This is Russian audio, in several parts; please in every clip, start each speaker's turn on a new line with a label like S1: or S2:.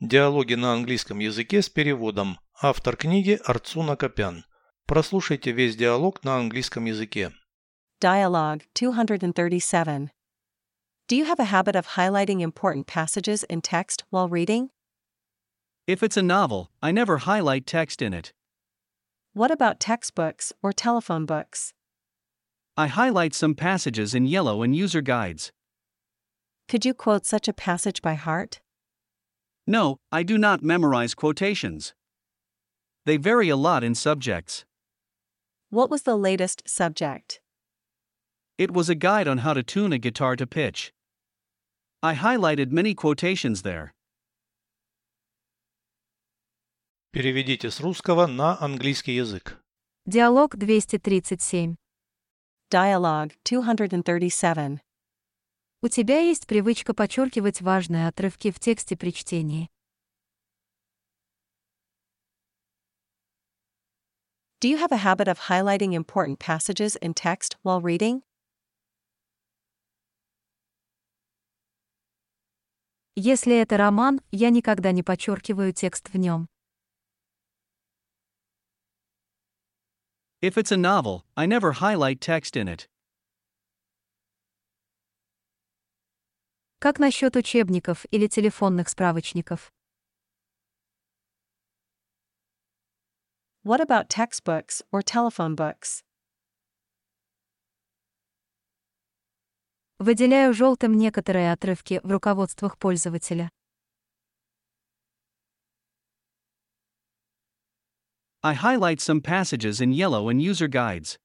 S1: Диалоги на английском языке с переводом. Автор книги Арцуна Копян. Прослушайте весь диалог на английском языке.
S2: Dialogue 237. Do you have a habit of highlighting important passages in text while reading?
S3: If it's a novel, I never highlight text in it.
S2: What about textbooks or telephone books?
S3: I highlight some passages in yellow in user guides.
S2: Could you quote such a passage by heart?
S3: No, I do not memorize quotations. They vary a lot in subjects.
S2: What was the latest subject?
S3: It was a guide on how to tune a guitar to pitch. I highlighted many quotations there.
S1: Переведите с русского на английский язык.
S4: Диалог 237.
S2: Dialogue 237.
S4: У тебя есть привычка подчеркивать важные отрывки в тексте при чтении.
S2: Do you have a habit of highlighting important passages in text while reading?
S4: Если это роман, я никогда не подчеркиваю текст в нем.
S3: If it's a novel, I never highlight text in it.
S4: Как насчет учебников или телефонных справочников?
S2: What about textbooks or telephone books?
S4: Выделяю желтым некоторые отрывки в руководствах пользователя.
S3: I highlight some passages in yellow in user guides.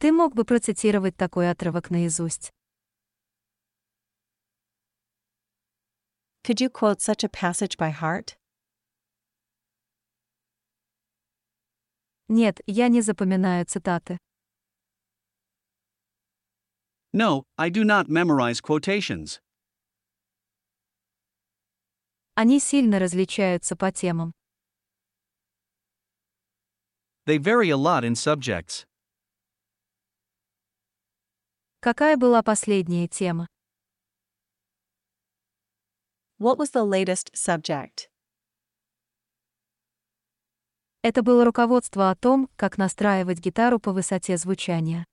S4: Ты мог бы процитировать такой отрывок наизусть.
S2: Could you quote such a passage by heart?
S4: Нет, я не запоминаю цитаты.
S3: No, I do not memorize quotations.
S4: Они сильно различаются по темам.
S3: They vary a lot in subjects.
S4: Какая была последняя тема?
S2: What was the latest subject?
S4: Это было руководство о том, как настраивать гитару по высоте звучания.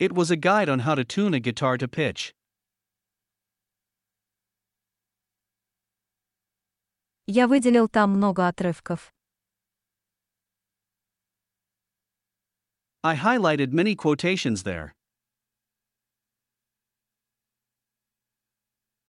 S3: It was a guide on how to tune a guitar to pitch.
S4: Я выделил там много отрывков.
S3: I highlighted many quotations there.